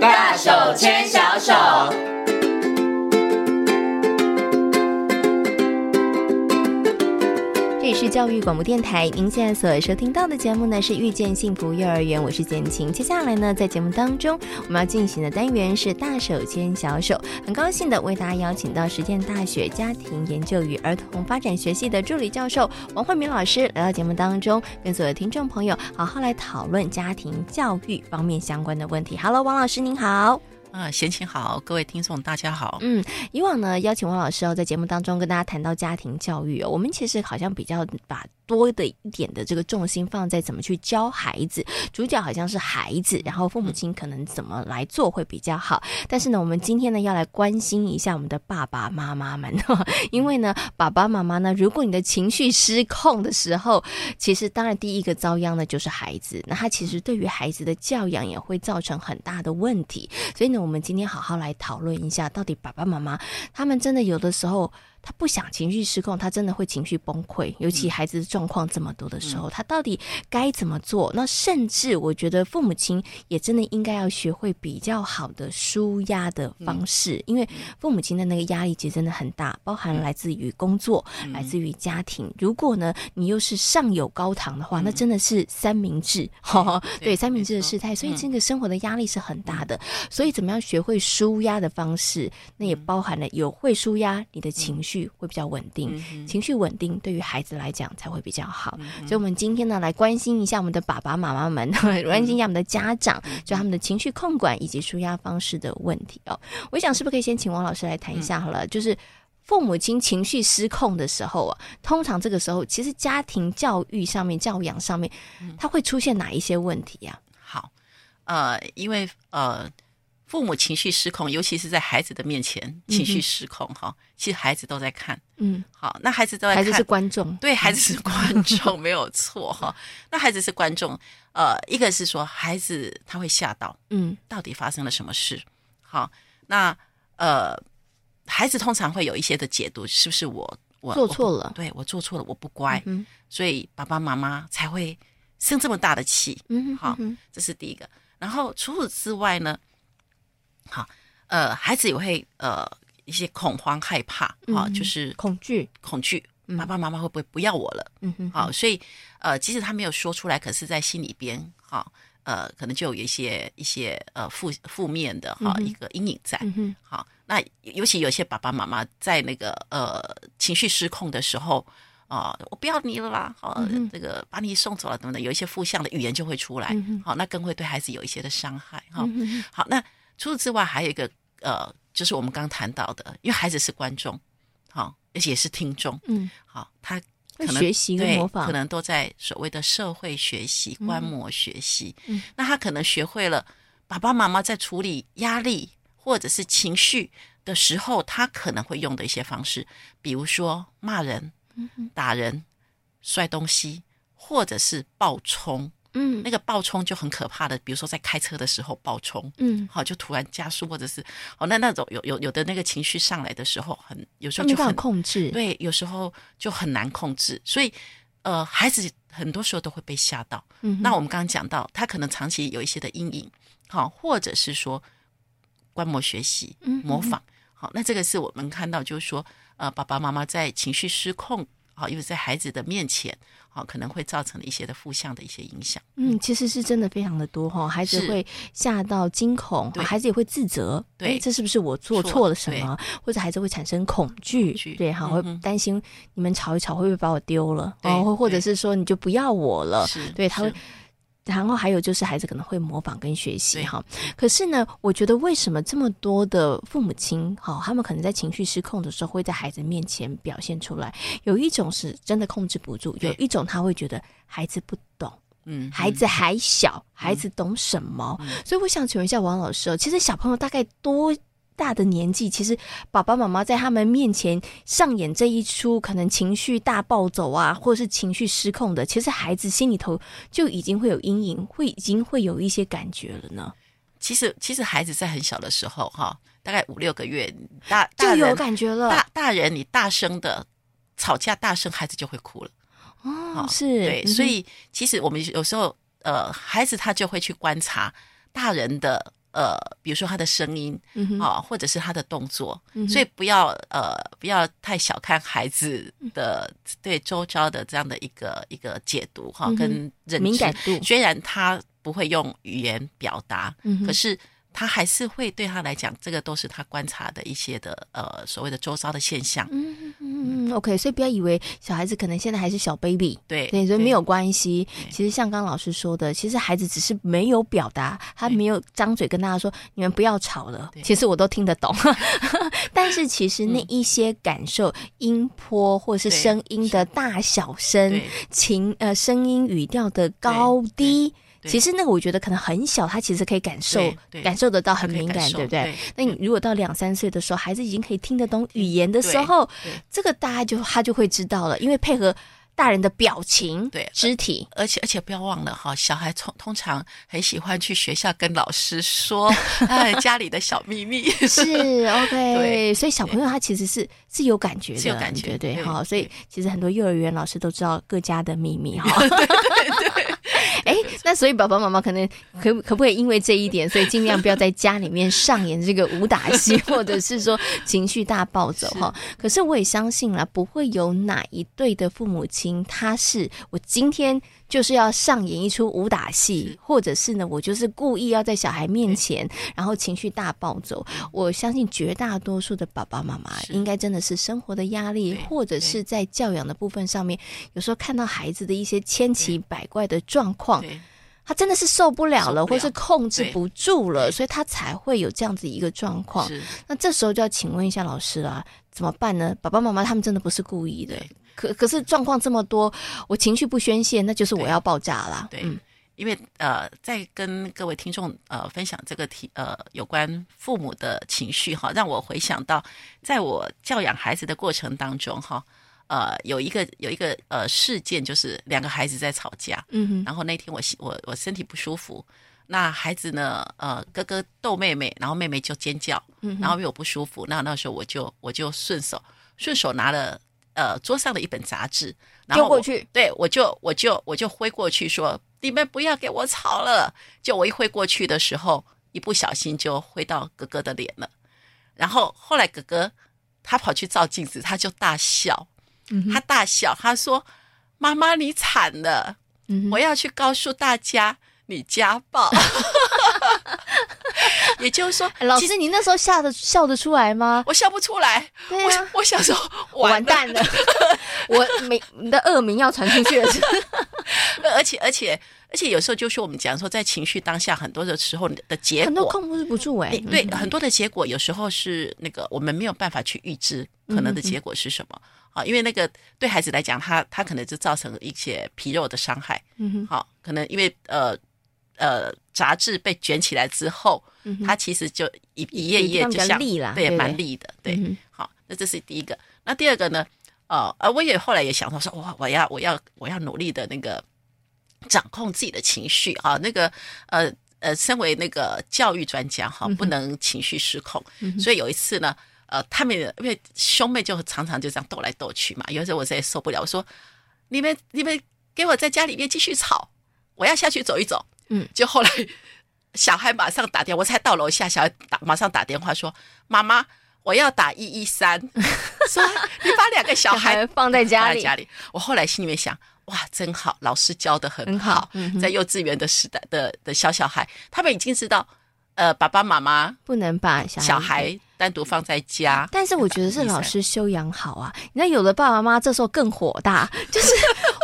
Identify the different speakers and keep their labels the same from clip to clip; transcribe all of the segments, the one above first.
Speaker 1: 大手牵小手。
Speaker 2: 这里是教育广播电台，您现在所收听到的节目呢是《遇见幸福幼儿园》，我是简晴。接下来呢，在节目当中我们要进行的单元是“大手牵小手”，很高兴的为大家邀请到实践大学家庭研究与儿童发展学系的助理教授王慧敏老师来到节目当中，跟所有的听众朋友好好来讨论家庭教育方面相关的问题。Hello，王老师您嗯好。
Speaker 3: 啊，闲情好，各位听众大家好。
Speaker 2: 嗯，以往呢，邀请王老师哦，在节目当中跟大家谈到家庭教育哦，我们其实好像比较把多的一点的这个重心放在怎么去教孩子，主角好像是孩子，然后父母亲可能怎么来做会比较好。但是呢，我们今天呢要来关心一下我们的爸爸妈妈们，因为呢，爸爸妈妈呢，如果你的情绪失控的时候，其实当然第一个遭殃的就是孩子，那他其实对于孩子的教养也会造成很大的问题。所以呢，我们今天好好来讨论一下，到底爸爸妈妈他们真的有的时候，他不想情绪失控，他真的会情绪崩溃。尤
Speaker 3: 嗯
Speaker 2: 其孩子的状况这么多的时候，他到底该怎么做？那甚至我觉得父母亲也真的应该要学会比较好的舒压的
Speaker 3: 嗯
Speaker 2: 方式，因为父母亲的那个压力其实真的很大，包
Speaker 3: 嗯
Speaker 2: 含来自于工作，来自于家庭。如果呢，你又是上有高堂的话，那真的是三明治， 哈，
Speaker 3: 嗯对
Speaker 2: 对三明治的
Speaker 3: 没错
Speaker 2: 事态，所以
Speaker 3: 嗯
Speaker 2: 这个生活的压力是很大的。所以怎么样学会舒压的方式，那
Speaker 3: 嗯
Speaker 2: 也包含了有会舒压，你的情绪会比较稳定，
Speaker 3: 嗯
Speaker 2: 情绪稳定对于孩子来讲才会比较好。所以我们今天呢，来关心一下我们的爸爸妈 妈们， 关心一下我们的家长，
Speaker 3: 嗯
Speaker 2: 就他们的情绪控管以及舒压方式的问题哦。我想是不是可以先请王老师来谈一下
Speaker 3: 嗯
Speaker 2: 好了，就是。父母亲情绪失控的时候啊，通常这个时候，其实家庭教育上面、教养上面，
Speaker 3: 嗯
Speaker 2: 它会出现哪一些问题啊？
Speaker 3: 好，呃，因为呃，父母情绪失控，尤其是在孩子的面前情绪失控哈、其实孩子都在看。
Speaker 2: 嗯，
Speaker 3: 好，那孩子都在
Speaker 2: 孩
Speaker 3: 看，
Speaker 2: 子是观众，
Speaker 3: 对，孩子是观众，没有错哈。那孩子是观众，呃，一个是说孩子他会吓到，
Speaker 2: 嗯
Speaker 3: 到底发生了什么事？好，那呃，孩子通常会有一些的解读，是不是我我
Speaker 2: 做
Speaker 3: 我不
Speaker 2: 错了
Speaker 3: 对我做错了，我不乖，
Speaker 2: 嗯
Speaker 3: 所以爸爸妈妈才会生这么大的气。
Speaker 2: 嗯，
Speaker 3: 好，这是第一个。然后除此之外呢，好，呃，孩子也会呃一些恐慌、害怕啊，
Speaker 2: 嗯
Speaker 3: 就是
Speaker 2: 恐惧，
Speaker 3: 恐惧，
Speaker 2: 嗯
Speaker 3: 爸爸妈妈会不会不要我了？
Speaker 2: 嗯哼，
Speaker 3: 好，所以呃，即使他没有说出来，可是在心里边，好，呃，可能就有一些一些呃负负面的哈、
Speaker 2: 嗯哼
Speaker 3: 一个阴影在。
Speaker 2: 嗯哼，
Speaker 3: 好，那尤其有些爸爸妈妈在那个呃情绪失控的时候。啊、我不要你了啦！好、
Speaker 2: 嗯哼
Speaker 3: 这个把你送走了，等等，有一些负向的语言就会出来。好、
Speaker 2: 嗯哼
Speaker 3: 那更会对孩子有一些的伤害。哈、
Speaker 2: 嗯哼，
Speaker 3: 哎好，那除此之外还有一个呃，就是我们刚谈到的，因为孩子是观众，好、而且也是听众，
Speaker 2: 嗯，
Speaker 3: 好、他
Speaker 2: 会
Speaker 3: 可能
Speaker 2: 学习跟
Speaker 3: 对
Speaker 2: 模仿，
Speaker 3: 可能都在所谓的社会学习、观摩学习。
Speaker 2: 嗯
Speaker 3: 那他可能学会了爸爸妈妈在处理压力或者是情绪的时候，他可能会用的一些方式，比如说骂人、
Speaker 2: 嗯哼
Speaker 3: 打人、摔东西，或者是暴冲。
Speaker 2: 嗯
Speaker 3: 那个暴冲就很可怕的，比如说在开车的时候暴冲。
Speaker 2: 嗯，
Speaker 3: 好，就突然加速，或者是哦，那那种有有有的那个情绪上来的时候很，有时
Speaker 2: 他
Speaker 3: 候
Speaker 2: 没
Speaker 3: 就
Speaker 2: 办法
Speaker 3: 很
Speaker 2: 控制，
Speaker 3: 对，有时候就很难控制，所以呃，孩子很多时候都会被吓到。
Speaker 2: 嗯哼，
Speaker 3: 那我们刚刚讲到，他可能长期有一些的阴影，好、或者是说观摩学习
Speaker 2: 嗯、
Speaker 3: 模仿，好、那这个是我们看到，就是说呃，爸爸妈妈在情绪失控，好、因为在孩子的面前，好、可能会造成一些的负向的一些影响。
Speaker 2: 嗯，其实是真的非常的多哈，孩子
Speaker 3: 是
Speaker 2: 会吓到惊恐，
Speaker 3: 对
Speaker 2: 孩子也会自责，
Speaker 3: 对
Speaker 2: 诶这是不是我做
Speaker 3: 错
Speaker 2: 错了
Speaker 3: 了
Speaker 2: 什么？或者孩子会产生恐惧，
Speaker 3: 惧
Speaker 2: 对，哈，
Speaker 3: 嗯
Speaker 2: 会
Speaker 3: 哼
Speaker 2: 担心你们吵一吵会不会把我丢了，
Speaker 3: 对
Speaker 2: 哦，或或者
Speaker 3: 对
Speaker 2: 是说你就不要我了，
Speaker 3: 是，
Speaker 2: 呃对他
Speaker 3: 是
Speaker 2: 会然后还有就是孩子可能会模仿跟学习
Speaker 3: 对
Speaker 2: 哈，可是呢，我觉得为什么这么多的父母亲哈，他们可能在情绪失控的时候会在孩子面前表现出来，有一种是真的控制不住，
Speaker 3: 对
Speaker 2: 有一种他会觉得孩子不懂，
Speaker 3: 嗯，
Speaker 2: 孩
Speaker 3: 嗯
Speaker 2: 子还小，孩子懂什么？所以我想请问一下王老师哦，其实小朋友大概多？大的年纪，其实爸爸妈妈在他们面前上演这一出，可能情绪大暴走啊，或者是情绪失控的，其实孩子心里头就已经会有阴影，会已经会有一些感觉了呢，
Speaker 3: 其实其实孩子在很小的时候哈、大概五六个月，大大
Speaker 2: 就有
Speaker 3: 人
Speaker 2: 感觉了。
Speaker 3: 大大人你大声的吵架大声，孩子就会哭了。
Speaker 2: 哦
Speaker 3: 好，
Speaker 2: 是，
Speaker 3: 对，
Speaker 2: 嗯哼
Speaker 3: 所以其实我们有时候呃，孩子他就会去观察大人的呃，比如说他的声音
Speaker 2: 嗯哼，
Speaker 3: 啊、或者是他的动作，
Speaker 2: 嗯哼
Speaker 3: 所以不要呃不要太小看孩子的对周遭的这样的一个一个解读哈、
Speaker 2: 嗯哼
Speaker 3: 跟认知。
Speaker 2: 敏感度，
Speaker 3: 虽然他不会用语言表达，
Speaker 2: 嗯哼
Speaker 3: 可是他还是会对他来讲，这个都是他观察的一些的呃所谓的周遭的现象。
Speaker 2: 嗯嗯嗯，OK，所以不要以为小孩子可能现在还是小 baby，
Speaker 3: 对
Speaker 2: 对，所以没有关系。
Speaker 3: 对
Speaker 2: 其实像刚老师说的，其实孩子只是没有表达，他
Speaker 3: 对
Speaker 2: 没有张嘴跟大家说“你们不要吵了”，
Speaker 3: 对嗯
Speaker 2: 其实我都听得 懂。但是其实那一些感受、音波或是
Speaker 3: 对
Speaker 2: 声音的大小声
Speaker 3: 对、
Speaker 2: 情呃声音语调的高低。
Speaker 3: 对
Speaker 2: 其实那个我觉得可能很小，他其实可以感受
Speaker 3: 对对
Speaker 2: 感受得到，
Speaker 3: 他
Speaker 2: 很
Speaker 3: 可以
Speaker 2: 敏
Speaker 3: 感
Speaker 2: 感，
Speaker 3: 受
Speaker 2: 对不
Speaker 3: 对
Speaker 2: 那你如果到两三岁的时候，孩子已经可以听得懂语言的时候
Speaker 3: 嗯对对，
Speaker 2: 这个大家就他就会知道了，因为配合大人的表情、
Speaker 3: 对呃
Speaker 2: 肢体，
Speaker 3: 而且而且不要忘了哈，小孩通通常很喜欢去学校跟老师说 哎家里的小秘密，
Speaker 2: 是 OK，
Speaker 3: 对
Speaker 2: 所以小朋友他其实是是有感觉的，
Speaker 3: 是有感觉
Speaker 2: 对对
Speaker 3: 对
Speaker 2: 好，
Speaker 3: 对
Speaker 2: 所以其实很多幼儿园老师都知道各家的 秘密哈。对对 哎，那所以爸爸妈妈可能可可不可以因为这一点，所以尽量不要在家里面上演这个武打戏，或者是说情绪大暴走哈。可是我也相信啦，不会有哪一对的父母亲他是我今天就是要上演一出武打戏
Speaker 3: 是，
Speaker 2: 或者是呢我就是故意要在小孩面前，然后情绪大暴走。我相信绝大多数的爸爸妈妈
Speaker 3: 是
Speaker 2: 应该真的是生活的压力，
Speaker 3: 对
Speaker 2: 或者是在教养的部分上面，有时候看到孩子的一些千奇百怪的状况，
Speaker 3: 对
Speaker 2: 他真的是受不了了，
Speaker 3: 受不
Speaker 2: 或
Speaker 3: 了
Speaker 2: 是控制
Speaker 3: 对
Speaker 2: 不住了，所以他才会有这样子一个状况。
Speaker 3: 是
Speaker 2: 那这时候就要请问一下老师啦，怎么办呢？爸爸妈妈他们真的不是故意的
Speaker 3: 对，
Speaker 2: 可可是状况这么多，我情绪不宣泄，那就是我
Speaker 3: 对
Speaker 2: 要爆炸啦。
Speaker 3: 对。
Speaker 2: 嗯
Speaker 3: 因为呃，在跟各位听众呃分享这个题呃有关父母的情绪哈，让我回想到，在我教养孩子的过程当中哈，呃有一个有一个呃事件，就是两个孩子在吵架，
Speaker 2: 嗯哼，
Speaker 3: 然后那天我心我我身体不舒服，那孩子呢，呃，哥哥逗妹妹，然后妹妹就尖叫，
Speaker 2: 嗯哼
Speaker 3: 然后因为我不舒服，那那时候我就我就顺手顺手拿了呃桌上的一本杂志，然后
Speaker 2: 丢过
Speaker 3: 我
Speaker 2: 去，
Speaker 3: 对我就我就我就挥过去说你们不要给我吵了，就我一挥过去的时候，一不小心就挥到哥哥的脸了，然后后来哥哥他跑去照镜子，他就大笑，
Speaker 2: 嗯哼
Speaker 3: 他大笑，他说。妈妈，你惨了！
Speaker 2: 嗯
Speaker 3: 我
Speaker 2: 哼，
Speaker 3: 要去告诉大家你家 暴。也就是说，
Speaker 2: 哎老
Speaker 3: 其实
Speaker 2: 师，你那时候吓得笑得出来吗？
Speaker 3: 我笑不出来，
Speaker 2: 对呀、
Speaker 3: 我我想 说
Speaker 2: 完蛋 了，我没你的恶名要传出去了。
Speaker 3: 了，而且而且而且有时候就是我们讲说，在情绪当下，很多的时候的结
Speaker 2: 很多
Speaker 3: 果，
Speaker 2: 控制不住哎、
Speaker 3: 你对很多的结果，有时候是那个我们没有办法去预知可能的结果是什么啊，因为那个对孩子来讲，他他可能就造成一些皮肉的伤害，
Speaker 2: 嗯哼，
Speaker 3: 好、可能因为呃呃杂志被卷起来之后，
Speaker 2: 嗯哼
Speaker 3: 它其实就一一页一页
Speaker 2: 有地
Speaker 3: 就
Speaker 2: 方比较
Speaker 3: 像
Speaker 2: 利啦
Speaker 3: 对，
Speaker 2: 对不对
Speaker 3: 蛮利的，对，
Speaker 2: 嗯哼
Speaker 3: 好，那这是第一个。那第二个呢？呃，呃，我也后来也想到说，哇，我要我要我要努力的那个掌控自己的情绪啊，那个呃呃，身为那个教育专家
Speaker 2: 嗯
Speaker 3: 哈、不能情绪失控。所以有一次呢，呃，他们因为兄妹就常常就这样斗来斗去嘛，有时候我实在受不了，我说你们你们给我在家里面继续吵，我要下去走一走。
Speaker 2: 嗯，
Speaker 3: 就后来小孩马上打电话，我才到楼下，小孩打马上打电话说：“妈妈，我要打一一 三。”说你把两个小
Speaker 2: 小
Speaker 3: 孩
Speaker 2: 孩放在
Speaker 3: 放
Speaker 2: 家
Speaker 3: 在
Speaker 2: 里，
Speaker 3: 家里。我后来心里面想，哇，真好，老师教的很
Speaker 2: 很
Speaker 3: 好，
Speaker 2: 好嗯哼
Speaker 3: 在幼稚园的时代的的小小孩，他们已经知道，呃，爸爸妈妈
Speaker 2: 不能把小孩
Speaker 3: 小孩单独放在家。
Speaker 2: 但是我觉得是老师修养好啊。你看，有的爸爸妈妈这时候更火大， 就是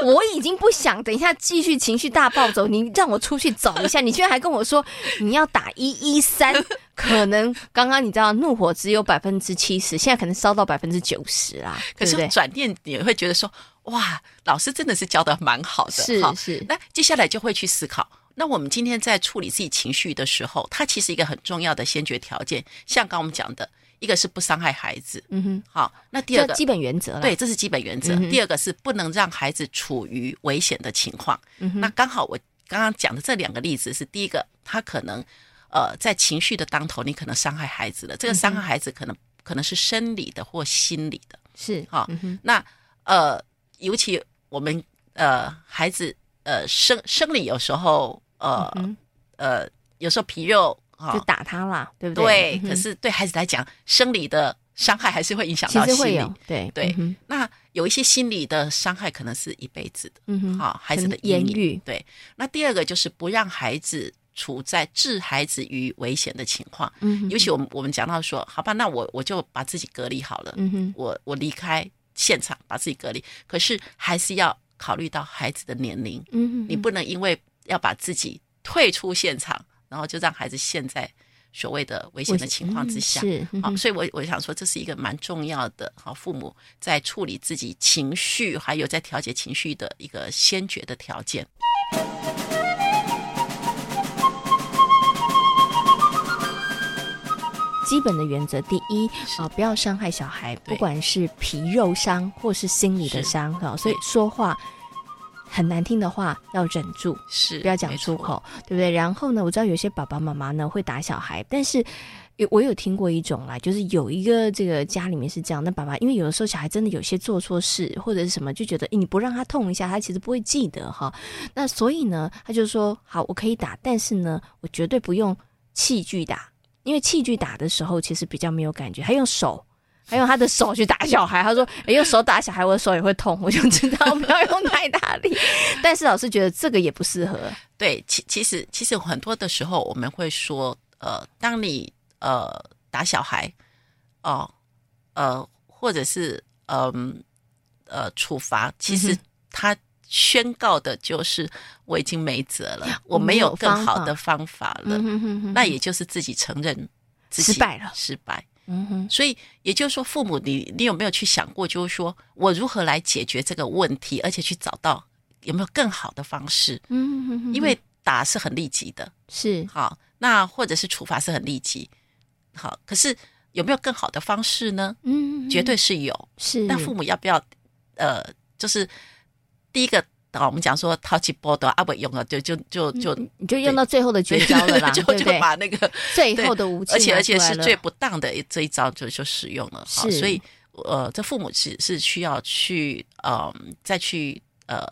Speaker 2: 我已经不想等一下继续情绪大暴走，你让我出去走一下，你居然还跟我说你要打一一三， 可能刚刚你知道怒火只有百分之七十，现在可能烧到百分之九十啦，
Speaker 3: 可
Speaker 2: 对不
Speaker 3: 是
Speaker 2: 对？
Speaker 3: 转念你会觉得说，哇，老师真的是教的蛮好的，
Speaker 2: 是
Speaker 3: 哈
Speaker 2: 是
Speaker 3: 那接下来就会去思考，那我们今天在处理自己情绪的时候，它其实一个很重要的先决条件，像刚我们讲的，一个是不伤害孩子，
Speaker 2: 嗯哼，
Speaker 3: 好，那第二
Speaker 2: 这
Speaker 3: 个
Speaker 2: 基本原则了。
Speaker 3: 对，，这是基本原则。
Speaker 2: 嗯哼
Speaker 3: 第二个是不能让孩子处于危险的情况。
Speaker 2: 嗯哼
Speaker 3: 那刚好我刚刚讲的这两个例子是第一个，他可能呃在情绪的当头，你可能伤害孩子了，
Speaker 2: 嗯
Speaker 3: 这个伤害孩子可能、可能是生理的或心理的。
Speaker 2: 是
Speaker 3: 好
Speaker 2: 嗯哼，
Speaker 3: 那呃，尤其我们呃孩子呃生生理有时候呃、
Speaker 2: 嗯哼
Speaker 3: 呃有时候皮肉哈、
Speaker 2: 就打他啦，对不
Speaker 3: 对
Speaker 2: 对，嗯哼
Speaker 3: 可是对孩子来讲，生理的伤害还是会影响
Speaker 2: 其
Speaker 3: 到
Speaker 2: 实
Speaker 3: 心
Speaker 2: 会
Speaker 3: 理
Speaker 2: 有。，对
Speaker 3: 对
Speaker 2: 嗯哼
Speaker 3: 那有一些心理的伤害，可能是一辈子的。
Speaker 2: 嗯哼，
Speaker 3: 好、孩子的
Speaker 2: 可能言
Speaker 3: 阴影
Speaker 2: 语
Speaker 3: 对，那第二个就是不让孩子处在置孩子于危险的情况。
Speaker 2: 嗯哼，
Speaker 3: 尤其我们我们讲到说，好吧，那我我就把自己隔离好了，
Speaker 2: 嗯哼，
Speaker 3: 我我离开现场把自己隔离，可是还是要考虑到孩子的年龄，
Speaker 2: 嗯哼，
Speaker 3: 你不能因为要把自己退出现场，然后就让孩子陷在所谓的危险的情况之下。
Speaker 2: 是，嗯
Speaker 3: 好，
Speaker 2: 哼
Speaker 3: 所以我我想说，这是一个蛮重要的，好，父母在处理自己情绪，还有在调节情绪的一个先决的条件。
Speaker 2: 基本的原则，第一啊、不要伤害小孩，
Speaker 3: 对
Speaker 2: 不管是皮肉伤或是心理的
Speaker 3: 是
Speaker 2: 伤哈、所以说话很难听的话要忍住，
Speaker 3: 是，
Speaker 2: 不要讲
Speaker 3: 没
Speaker 2: 出
Speaker 3: 错，
Speaker 2: 口，对不对？然后呢，我知道有些爸爸妈妈呢会打小孩，但是有我有听过一种啦，就是有一个这个家里面是这样，那爸爸因为有的时候小孩真的有些做错事或者是什么，就觉得诶你不让他痛一下，他其实不会记得哈。那所以呢，他就说好，我可以打，但是呢，我绝对不用器具打，因为器具打的时候其实比较没有感觉，他用手。还用他的手去打小孩，他说：“诶用手打小孩，我的手也会痛，我就知道 不要用太大力。”但是老师觉得这个也不适合，
Speaker 3: 对，其其实其实很多的时候，我们会说，呃，当你呃打小孩，哦、呃，或者是嗯呃处罚，其
Speaker 2: 嗯
Speaker 3: 实
Speaker 2: 哼
Speaker 3: 他宣告的就是我已经没辙了，我
Speaker 2: 我没
Speaker 3: 没
Speaker 2: 有
Speaker 3: 有更
Speaker 2: 方
Speaker 3: 好
Speaker 2: 法
Speaker 3: 的方法了，
Speaker 2: 嗯哼哼哼
Speaker 3: 那也就是自己承认自己
Speaker 2: 失败了
Speaker 3: 失败。
Speaker 2: 嗯哼，
Speaker 3: 所以也就是说，父母你你有没有去想过，就是说我如何来解决这个问题，而且去找到有没有更好的方式？
Speaker 2: 嗯哼哼，
Speaker 3: 因为打是很立即的，
Speaker 2: 是
Speaker 3: 好，那或者是处罚是很立即，好，可是有没有更好的方式呢？
Speaker 2: 嗯，
Speaker 3: 绝对是有。
Speaker 2: 是。
Speaker 3: 那父母要不要？呃，就是第一个，啊，我们讲说淘气波的阿伟用了，就就就就
Speaker 2: 嗯你就用到最后的绝招了啦，
Speaker 3: 就
Speaker 2: 对不
Speaker 3: 就
Speaker 2: 对？
Speaker 3: 把那个
Speaker 2: 最后的武器
Speaker 3: 而且
Speaker 2: 拿
Speaker 3: 而
Speaker 2: 出
Speaker 3: 且
Speaker 2: 来
Speaker 3: 是
Speaker 2: 了
Speaker 3: 最不当的这一招就就使用了，好，
Speaker 2: 是
Speaker 3: 所以呃，这父母是是需要去呃再去呃，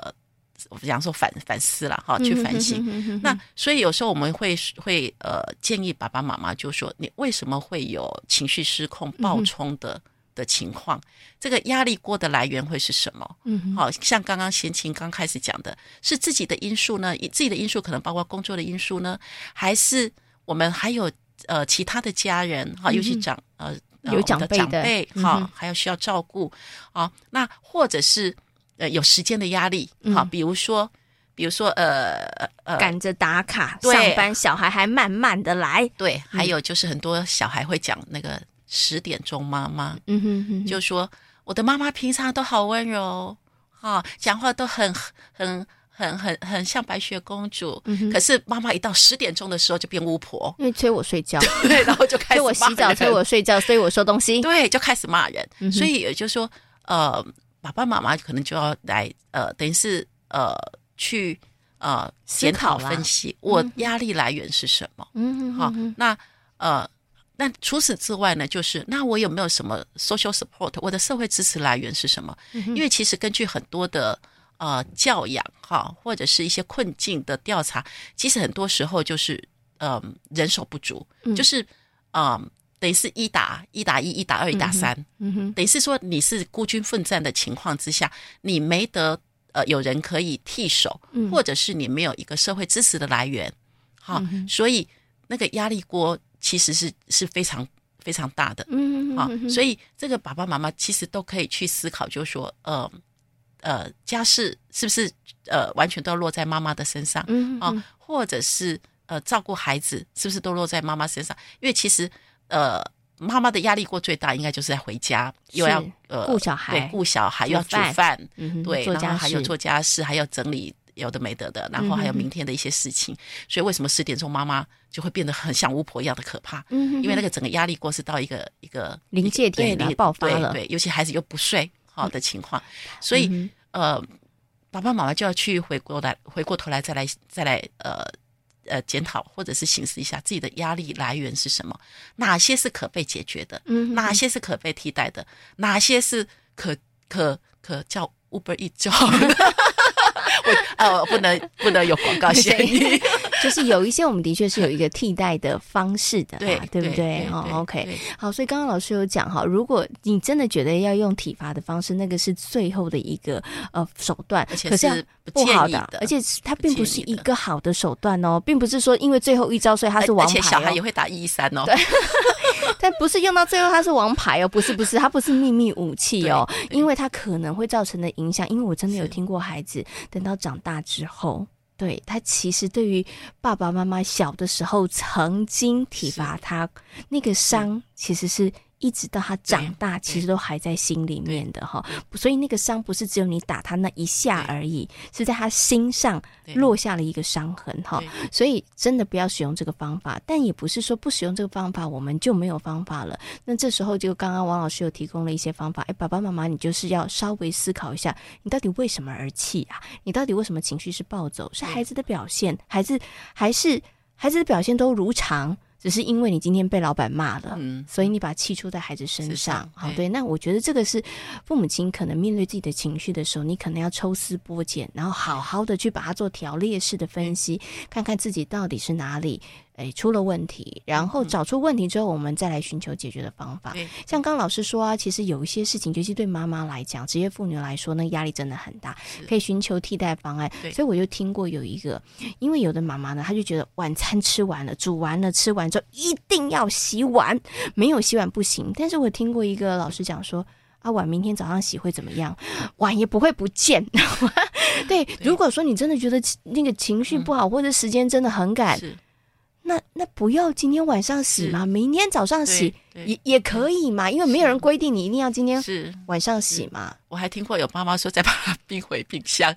Speaker 3: 我们讲说反反思了哈，去反省。
Speaker 2: 嗯哼哼哼哼哼
Speaker 3: 那所以有时候我们会会呃建议爸爸妈妈就说，你为什么会有情绪失控、暴冲的、的情况？这个压力锅的来源会是什么？
Speaker 2: 嗯哼
Speaker 3: 好、像刚刚贤琴刚开始讲的，是自己的因素呢？以自己的因素可能包括工作的因素呢，还是我们还有呃其他的家人哈、尤其长呃呃
Speaker 2: 嗯有
Speaker 3: 我们
Speaker 2: 长
Speaker 3: 的
Speaker 2: 辈
Speaker 3: 长
Speaker 2: 的
Speaker 3: 辈
Speaker 2: 嗯
Speaker 3: 哈、
Speaker 2: 哼
Speaker 3: 还有需要照顾啊，那或者是呃有时间的压力哈、
Speaker 2: 嗯
Speaker 3: 比如说比如说呃呃
Speaker 2: 赶着打卡上
Speaker 3: 对
Speaker 2: 班，小孩还慢慢的来，
Speaker 3: 对，还有就是很多小孩会讲那个十点钟妈妈，
Speaker 2: 嗯哼哼哼，
Speaker 3: 就说我的妈妈平常都好温柔，啊，讲话都很很很很很像白雪公主。
Speaker 2: 嗯
Speaker 3: 可是妈妈一到十点钟的时候就变巫
Speaker 2: ，
Speaker 3: 婆
Speaker 2: 因为催我睡觉，
Speaker 3: 对，然后就开
Speaker 2: 催
Speaker 3: 始
Speaker 2: 我洗
Speaker 3: 骂
Speaker 2: 澡，
Speaker 3: 人
Speaker 2: 催我嗯睡觉，催我收东西，
Speaker 3: 对，就开始骂人。所以也就是说，呃，爸爸妈妈可能就要来呃，等于是呃去呃
Speaker 2: 思
Speaker 3: 检讨
Speaker 2: 考啦
Speaker 3: 分析我压力来源是什么。
Speaker 2: 嗯
Speaker 3: 好、
Speaker 2: 哼哼，
Speaker 3: 那呃，那除此之外呢，就是那我有没有什么 social support？我的社会支持来源是什么？
Speaker 2: 嗯
Speaker 3: 因为其实根据很多的呃教养哈、或者是一些困境的调查，其实很多时候就是嗯、人手不足，就是嗯、等于是一打一打一，一打二，一打三，
Speaker 2: 嗯哼，
Speaker 3: 等于是说你是孤军奋战的情况之下，你没得呃有人可以替手，
Speaker 2: 嗯
Speaker 3: 或者是你没有一个社会支持的来源，好、所以那个压力锅其实是是非常非常大的
Speaker 2: 嗯哼
Speaker 3: 啊、
Speaker 2: 哼哼
Speaker 3: 所以这个爸爸妈妈其实都可以去思考，就是说，呃呃，家事是不是呃完全都要落在妈妈的身上？
Speaker 2: 嗯
Speaker 3: 啊、
Speaker 2: 哼哼
Speaker 3: 或者是呃照顾孩子，是不是都落在妈妈身上？因为其实呃妈妈的压力锅最大，应该就是在回家又要
Speaker 2: 是
Speaker 3: 呃
Speaker 2: 顾小孩
Speaker 3: 对顾小孩
Speaker 2: 煮
Speaker 3: 又要煮
Speaker 2: 饭
Speaker 3: 饭，
Speaker 2: 嗯哼
Speaker 3: 对，
Speaker 2: 做
Speaker 3: 然
Speaker 2: 家
Speaker 3: 后还有
Speaker 2: 事嗯
Speaker 3: 做家事，还有整理有的没得的，然后还有明天的一些事情。所以为什么十点钟妈妈就会变得很像巫婆一样的可怕？
Speaker 2: 嗯哼哼
Speaker 3: 因为那个整个压力锅是到一个一个
Speaker 2: 临
Speaker 3: 一个
Speaker 2: 界
Speaker 3: 对
Speaker 2: 点了
Speaker 3: 临
Speaker 2: 爆发
Speaker 3: 对
Speaker 2: 了嗯
Speaker 3: 对，尤其孩子又不睡好的情况，所以、呃，爸爸妈妈就要去回过来，回过头来再来再来呃呃检讨或者是审视一下自己的压力来源是什么，哪些是可被解决的，
Speaker 2: 嗯哼
Speaker 3: 哪些是可被替代的， 哪些是可可可叫 Uber E 叫。呃，不能不能有广告嫌疑。
Speaker 2: 就是有一些我们的确是有一个替代的方式的啦，对不对？哦，OK，好，所以刚刚老师有讲哈，如果你真的觉得要用体罚的方式，那个是最后的一个呃手段，
Speaker 3: 而且
Speaker 2: 可
Speaker 3: 是不
Speaker 2: 不
Speaker 3: 建
Speaker 2: 好
Speaker 3: 议的
Speaker 2: 而且它
Speaker 3: 不
Speaker 2: 并
Speaker 3: 建
Speaker 2: 不是
Speaker 3: 议
Speaker 2: 一
Speaker 3: 的
Speaker 2: 个好的手段哦，并不是说因为最后一招所以他是
Speaker 3: 而
Speaker 2: 王
Speaker 3: 而且小
Speaker 2: 牌
Speaker 3: 孩
Speaker 2: 哦
Speaker 3: 也，会打一一 三哦。
Speaker 2: 但不是用到最后他是王牌哦，不是不是，他不是秘密武器哦，因为他可能会造成的影响，因为我真的有
Speaker 3: 是
Speaker 2: 听过孩子等到长大之后。对他其实对于爸爸妈妈小的时候曾经体罚他，那个伤其实是一直到他长大，其实都还在心里面的哈。所以那个伤不是只有你打他那一下
Speaker 3: 对
Speaker 2: 而已，是在他心上
Speaker 3: 对
Speaker 2: 落下了一个伤痕哈
Speaker 3: 对。
Speaker 2: 所以真的不要使用这个方法，但也不是说不使用这个方法我们就没有方法了。那这时候就刚刚王老师有提供了一些方法，哎，爸爸妈妈你就是要稍微思考一下，你到底为什么而气啊？你到底为什么情绪是暴走？是孩子的表
Speaker 3: 嗯
Speaker 2: 现，孩子还是孩子的表现都如常，只是因为你今天被老板骂了，
Speaker 3: 嗯
Speaker 2: 所以你把气出在孩子身
Speaker 3: 身
Speaker 2: 上
Speaker 3: 上。
Speaker 2: 好，
Speaker 3: 对
Speaker 2: 对，那我觉得这个是父母亲可能面对自己的情绪的时候，你可能要抽丝剥茧，然后好好的去把它做条列式的分析，看看自己到底是哪里。诶出了问题，然后找出问题之后，我们再来寻求解决的方法。
Speaker 3: 对
Speaker 2: 像刚老师说啊，其实有一些事情，尤其对妈妈来讲，职业妇女来说，那压力真的很大，可以寻求替代方案。
Speaker 3: 对
Speaker 2: 所以我就听过有一个，因为有的妈妈呢，她就觉得晚餐吃完了，煮完了，吃完之后一定要洗碗，没有洗碗不行。但是我听过一个老师讲说。啊，碗明天早上洗会怎么样？碗也不会不见。 对，如果说你真的觉得情那个情绪不好，或者时间真的很赶，
Speaker 3: 嗯是
Speaker 2: 那那不要今天晚上洗
Speaker 3: 是
Speaker 2: 嘛，明天早上洗
Speaker 3: 对对嗯
Speaker 2: 也也可以嘛，因为没有人规定你一定要今天
Speaker 3: 是，
Speaker 2: 晚上
Speaker 3: 嗯
Speaker 2: 洗 嘛，
Speaker 3: 我还听过有妈妈说再把它冰回冰 箱，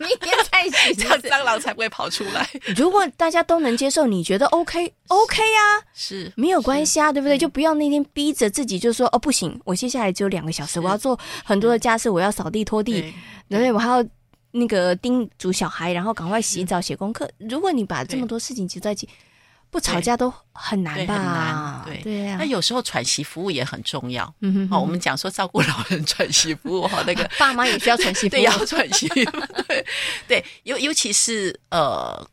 Speaker 2: 明天再洗
Speaker 3: 这样蟑螂才不会跑出来。
Speaker 2: 如果大家都能接受，你觉得 OK OK 啊，
Speaker 3: 是嗯
Speaker 2: 没有关系啊，对不对？就不要那天逼着自己，就说哦不行，我接下来只有两个小时，
Speaker 3: 是
Speaker 2: 我要做很多的家事，我要扫地拖地，
Speaker 3: 对
Speaker 2: 对我还要那个叮嘱小孩，然后赶快洗澡写功课。如果你把这么多事情集在一起，不吵架都很难
Speaker 3: 对
Speaker 2: 吧？
Speaker 3: 很难对哎
Speaker 2: 对啊
Speaker 3: 那，有时候喘息服务也很重要。
Speaker 2: 嗯哼
Speaker 3: 哦，我们讲说照顾老人喘息服务哈，哦那个
Speaker 2: 爸妈也需要喘息服 务
Speaker 3: 对，要喘息，对对，尤尤其是呃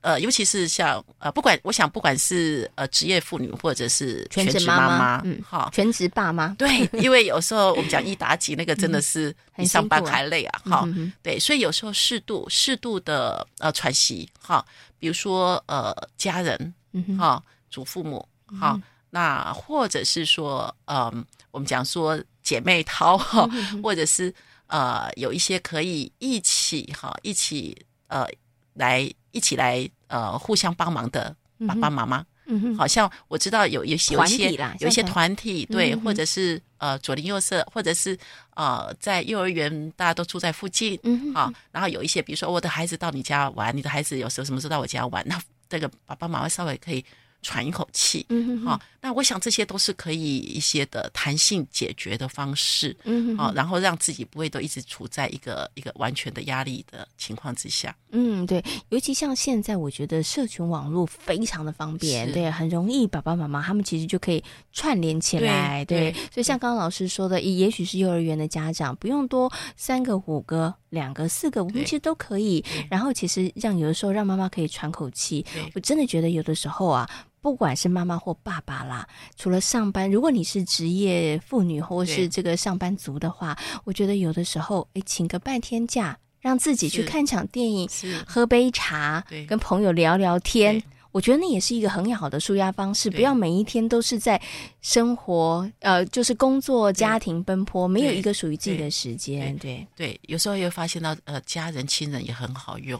Speaker 3: 呃，尤其是像呃，不管我想，不管是呃职业妇女或者是
Speaker 2: 全职
Speaker 3: 职
Speaker 2: 妈妈
Speaker 3: 妈，
Speaker 2: 嗯
Speaker 3: 好、
Speaker 2: 全职爸妈，
Speaker 3: 对，因为有时候我们讲一打几，那个真的是
Speaker 2: 嗯很
Speaker 3: 比上班
Speaker 2: 辛苦啊
Speaker 3: 还累啊，哈、
Speaker 2: 嗯哼
Speaker 3: 对，所以有时候适度适度的呃喘息哈，比如说呃家人
Speaker 2: 嗯哼
Speaker 3: 哈、祖父母哈、那或者是说嗯、我们讲说姐妹淘哈、
Speaker 2: 嗯
Speaker 3: 或者是呃有一些可以一起哈、一起呃来一起来呃互相帮忙的爸爸妈妈。
Speaker 2: 嗯哼，
Speaker 3: 好像我知道有有有
Speaker 2: 团
Speaker 3: 一
Speaker 2: 体
Speaker 3: 些
Speaker 2: 啦
Speaker 3: 有一些
Speaker 2: 像
Speaker 3: 团体对，
Speaker 2: 嗯
Speaker 3: 或者是呃左邻右舍，或者是呃在幼儿园大家都住在附近
Speaker 2: 嗯哼
Speaker 3: 啊，然后有一些比如说我的孩子到你家玩，你的孩子有时候什么时候到我家玩，那这个爸爸妈妈稍微可以喘一口气。
Speaker 2: 嗯哼
Speaker 3: 啊，那我想这些都是可以一些的弹性解决的方式，
Speaker 2: 嗯哼
Speaker 3: 啊，然后让自己不会都一直处在一个一个完全的压力的情况之下。
Speaker 2: 嗯，对，尤其像现在，我觉得社群网络非常的方便，
Speaker 3: 是
Speaker 2: 对，很容易爸爸妈妈他们其实就可以串联起
Speaker 3: 对
Speaker 2: 来，
Speaker 3: 对
Speaker 2: 对。所以像刚刚老师说的，也也许是幼儿园的家长不用多三个、五个、两个、四个，我们
Speaker 3: 对
Speaker 2: 其实都可以。然后其实让有的时候让妈妈可以喘口气
Speaker 3: 对，
Speaker 2: 我真的觉得有的时候啊。不管是妈妈或爸爸啦，除了上班，如果你是职业妇女或
Speaker 3: 对
Speaker 2: 是这个上班族的话，我觉得有的时候，哎，请个半天假，让自己去
Speaker 3: 是
Speaker 2: 看场电影，
Speaker 3: 是
Speaker 2: 喝杯茶
Speaker 3: 对，
Speaker 2: 跟朋友聊聊天
Speaker 3: 对。
Speaker 2: 我觉得那也是一个很好的舒压方式，
Speaker 3: 对
Speaker 2: 不要每一天都是在生活，呃，就是工作、家庭奔波，没有一个属于自己的时间。对，
Speaker 3: 对，有时候也会发现到呃家人亲人也很好 用。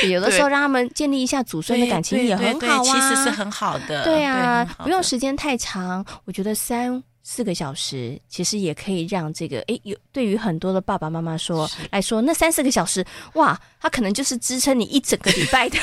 Speaker 2: 对有的时候让他们建立一下祖孙的
Speaker 3: 对
Speaker 2: 感情
Speaker 3: 对
Speaker 2: 也
Speaker 3: 对
Speaker 2: 很
Speaker 3: 对
Speaker 2: 好啊。
Speaker 3: 其实是很好的，
Speaker 2: 对啊
Speaker 3: 很好，的
Speaker 2: 不用时间太长，我觉得三四个小时其实也可以让这个诶，有对于很多的爸爸妈妈说来说，那三四个小时哇，它可能就是支撑你一整个礼 拜的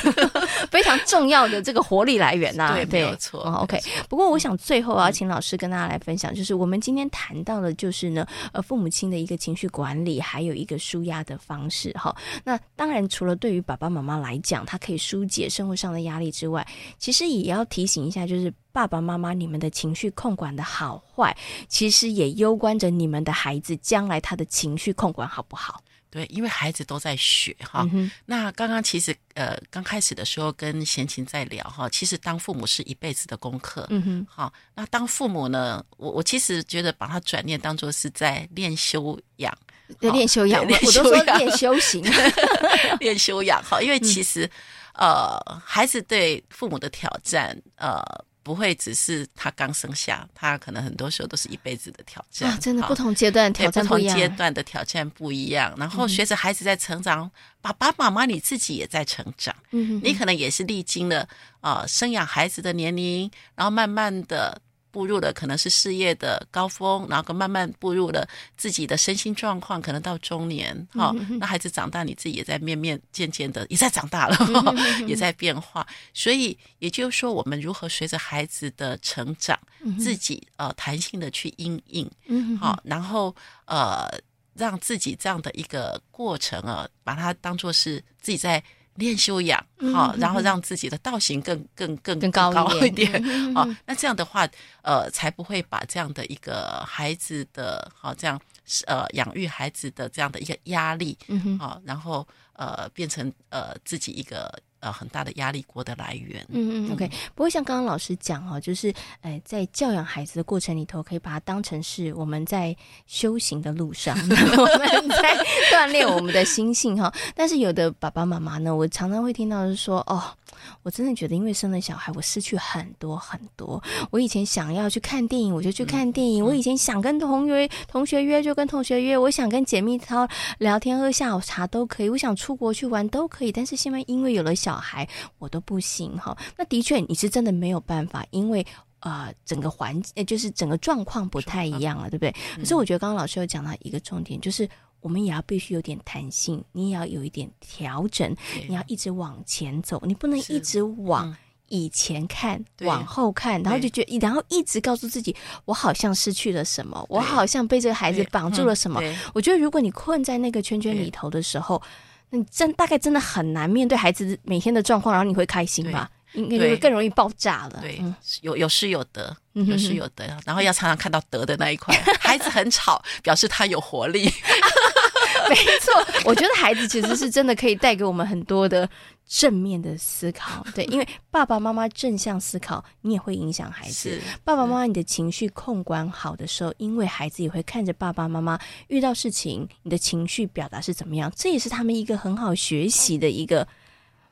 Speaker 2: 非常重要的这个活力来源呐、
Speaker 3: 对没有错
Speaker 2: 哦，OK
Speaker 3: 没有错。嗯
Speaker 2: 不过我想最后啊，请老师跟大家来分享，就是我们今天谈到的，就是呢，呃，父母亲的一个情绪管理，还有一个舒压的方式哈。那当然，除了对于爸爸妈妈来讲，他可以疏解生活上的压力之外，其实也要提醒一下，就是爸爸妈妈你们的情绪控管的好坏，其实也攸关着你们的孩子将来他的情绪控管好不好。
Speaker 3: 对，因为孩子都在学哈。
Speaker 2: 嗯哼
Speaker 3: 那刚刚其实呃，刚开始的时候跟贤琴在聊哈，其实当父母是一辈子的功课。
Speaker 2: 嗯哼，
Speaker 3: 好，那当父母呢，我我其实觉得把它转念当做是在练修养，
Speaker 2: 要练修养，我
Speaker 3: 对
Speaker 2: 我
Speaker 3: 练
Speaker 2: 都
Speaker 3: 修
Speaker 2: 说
Speaker 3: 养
Speaker 2: 练修行。啊
Speaker 3: 练修养哈，因为其
Speaker 2: 嗯
Speaker 3: 实、呃，孩子对父母的挑战呃。不会只是他刚生下，他可能很多时候都 是一辈子的挑战。
Speaker 2: 啊，真的
Speaker 3: 好
Speaker 2: 不同阶段
Speaker 3: 对
Speaker 2: 挑战
Speaker 3: 不
Speaker 2: 一
Speaker 3: 同阶
Speaker 2: 样。嗯
Speaker 3: 段的挑战不一样，然后随着孩子在成长，爸爸妈妈你自己也在成长，
Speaker 2: 嗯哼，
Speaker 3: 你可能也是历经了呃生养孩子的年龄，然后慢慢的步入了可能是事业的高峰，然后慢慢步入了自己的身心状况，可能到中年哈、那孩子长大，你自己也在面面渐渐的也在长大了，也在变化，所以也就是说，我们如何随着孩子的成长，自己呃弹性的去应应。
Speaker 2: 嗯嗯哼，
Speaker 3: 好、然后呃，让自己这样的一个过程啊，把它当做是自己在练修养，好、然后让自己的道行更更更
Speaker 2: 嗯更高一嗯
Speaker 3: 一点，好、那这样的话，呃，才不会把这样的一个孩子的，好、这样呃，养育孩子的这样的一个压力，
Speaker 2: 嗯哼，
Speaker 3: 好、然后呃，变成呃自己一个呃很大的压力锅的来源，
Speaker 2: 嗯嗯，OK。不过像刚刚老师讲哦，就是呃，在教养孩子的过程里头，可以把它当成是我们在修行的路上， 我们在锻炼我们的心性哈。但是有的爸爸妈妈呢，我常常会听到是说，哦，我真的觉得因为生了小孩，我失去很多很多。我以前想要去看电影，我就去看电影；我以前想跟同学同学约，就跟同学约；我想跟姐妹淘聊天、喝下午茶都可以；我想出国去玩都可以。但是现在因为有了小孩，我都不行哈。那的确，你是真的没有办法，因为。呃，整个环呃就是整个状况不太一样了，啊对不对？
Speaker 3: 嗯
Speaker 2: 可是我觉得刚刚老师有讲到一个重点，就是我们也要必须有点弹性，你也要有一点调整，
Speaker 3: 对
Speaker 2: 你要一直往前走，你不能
Speaker 3: 是
Speaker 2: 一直往
Speaker 3: 嗯
Speaker 2: 以前看、
Speaker 3: 对
Speaker 2: 往后看，然后就觉得，然后一直告诉自己，我好像失去了什么，我好像被这个孩子
Speaker 3: 对
Speaker 2: 绑住
Speaker 3: 嗯
Speaker 2: 了什么。
Speaker 3: 对
Speaker 2: 我觉得，如果你困在那个圈圈里
Speaker 3: 对
Speaker 2: 头的时候，那你真大概真的很难面对孩子每天的状况，然后你会开心吧？应该就会
Speaker 3: 对
Speaker 2: 更容易爆炸了。
Speaker 3: 对
Speaker 2: 嗯，
Speaker 3: 有有失有得，
Speaker 2: 嗯哼
Speaker 3: 有失有得，然后要常常看到得的那一块。孩子很 吵，表示他有活力。
Speaker 2: 没错，我觉得孩子其实是真的可以带给我们很多的正面的思考。对，因为爸爸妈妈正向思考，你也会影响孩子
Speaker 3: 是。
Speaker 2: 爸爸妈妈，你的情绪控管好的时候，因为孩子也会看着爸爸妈妈遇到事情，你的情绪表达是怎么样，这也是他们一个很好学习的一个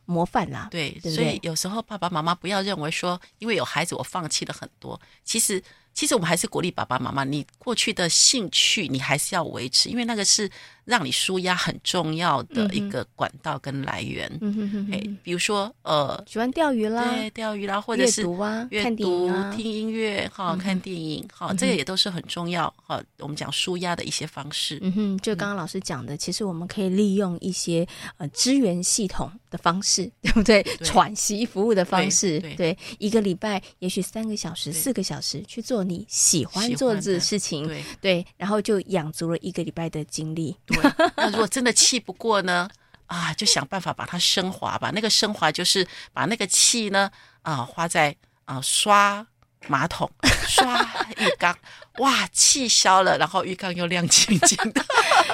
Speaker 2: 模范啦。
Speaker 3: 对，
Speaker 2: 对不
Speaker 3: 所
Speaker 2: 对
Speaker 3: 以有时候爸爸妈妈不要认为说，因为有孩子我放弃了很多。其实，其实我们还是鼓励爸爸妈妈，你过去的兴趣你还是要维持，因为那个是让你舒压很重要的一个管道跟来源。
Speaker 2: 嗯哼哼
Speaker 3: 哎、
Speaker 2: 哼，
Speaker 3: 比如说呃，
Speaker 2: 喜欢钓鱼啦，
Speaker 3: 对，钓鱼啦，或者
Speaker 2: 阅
Speaker 3: 是
Speaker 2: 读啊，
Speaker 3: 阅
Speaker 2: 看电
Speaker 3: 读、
Speaker 2: 影啊，嗯
Speaker 3: 听音乐、哈、看电影、哈、这个也都是很重要哈、我们讲舒压的一些方式，
Speaker 2: 嗯哼，就刚刚老师讲的，其实我们可以利用一些呃支援系统的方式， 对不对？喘息服务的方式，
Speaker 3: 对
Speaker 2: 一个礼拜也许三个小时、
Speaker 3: 对
Speaker 2: 四个小时去做你喜欢
Speaker 3: 喜
Speaker 2: 做
Speaker 3: 欢
Speaker 2: 的
Speaker 3: 的
Speaker 2: 事情，
Speaker 3: 对。
Speaker 2: 对，然后就养足了一个礼拜的精力。
Speaker 3: 对，那如果真的气不过呢，啊，就想办法把它升华吧。那个升华就是把那个气呢，啊，花在啊刷马桶、刷浴缸，哇，气消了，然后浴缸又亮晶晶 的。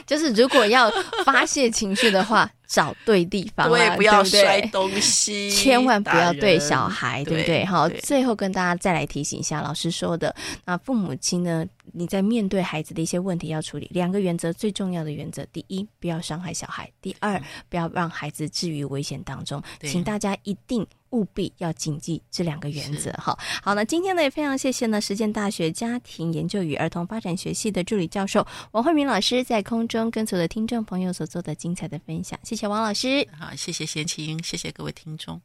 Speaker 2: 就是如果要发泄情绪的话， 找对地方啦，
Speaker 3: 对，不要
Speaker 2: 对对
Speaker 3: 摔东西，
Speaker 2: 千万不要
Speaker 3: 打
Speaker 2: 对
Speaker 3: 人
Speaker 2: 小孩，对不对？好，
Speaker 3: 对
Speaker 2: 最后跟大家再来提醒一下老师说的，那父母亲呢，你在面对孩子的一些问题要处理两个原则，最重要的原则，第一，不要伤害小孩；第二，不要让孩子置于危险当中。
Speaker 3: 对
Speaker 2: 请大家一定。务必要谨记这两个原则哈。好，那今天呢也非常谢谢呢实践大学家庭研究与儿童发展学系的助理教授王慧明老师在空中跟所有的听众朋友所做的精彩的分享，谢谢王老师。
Speaker 3: 好，谢谢贤琴，谢谢各位听众。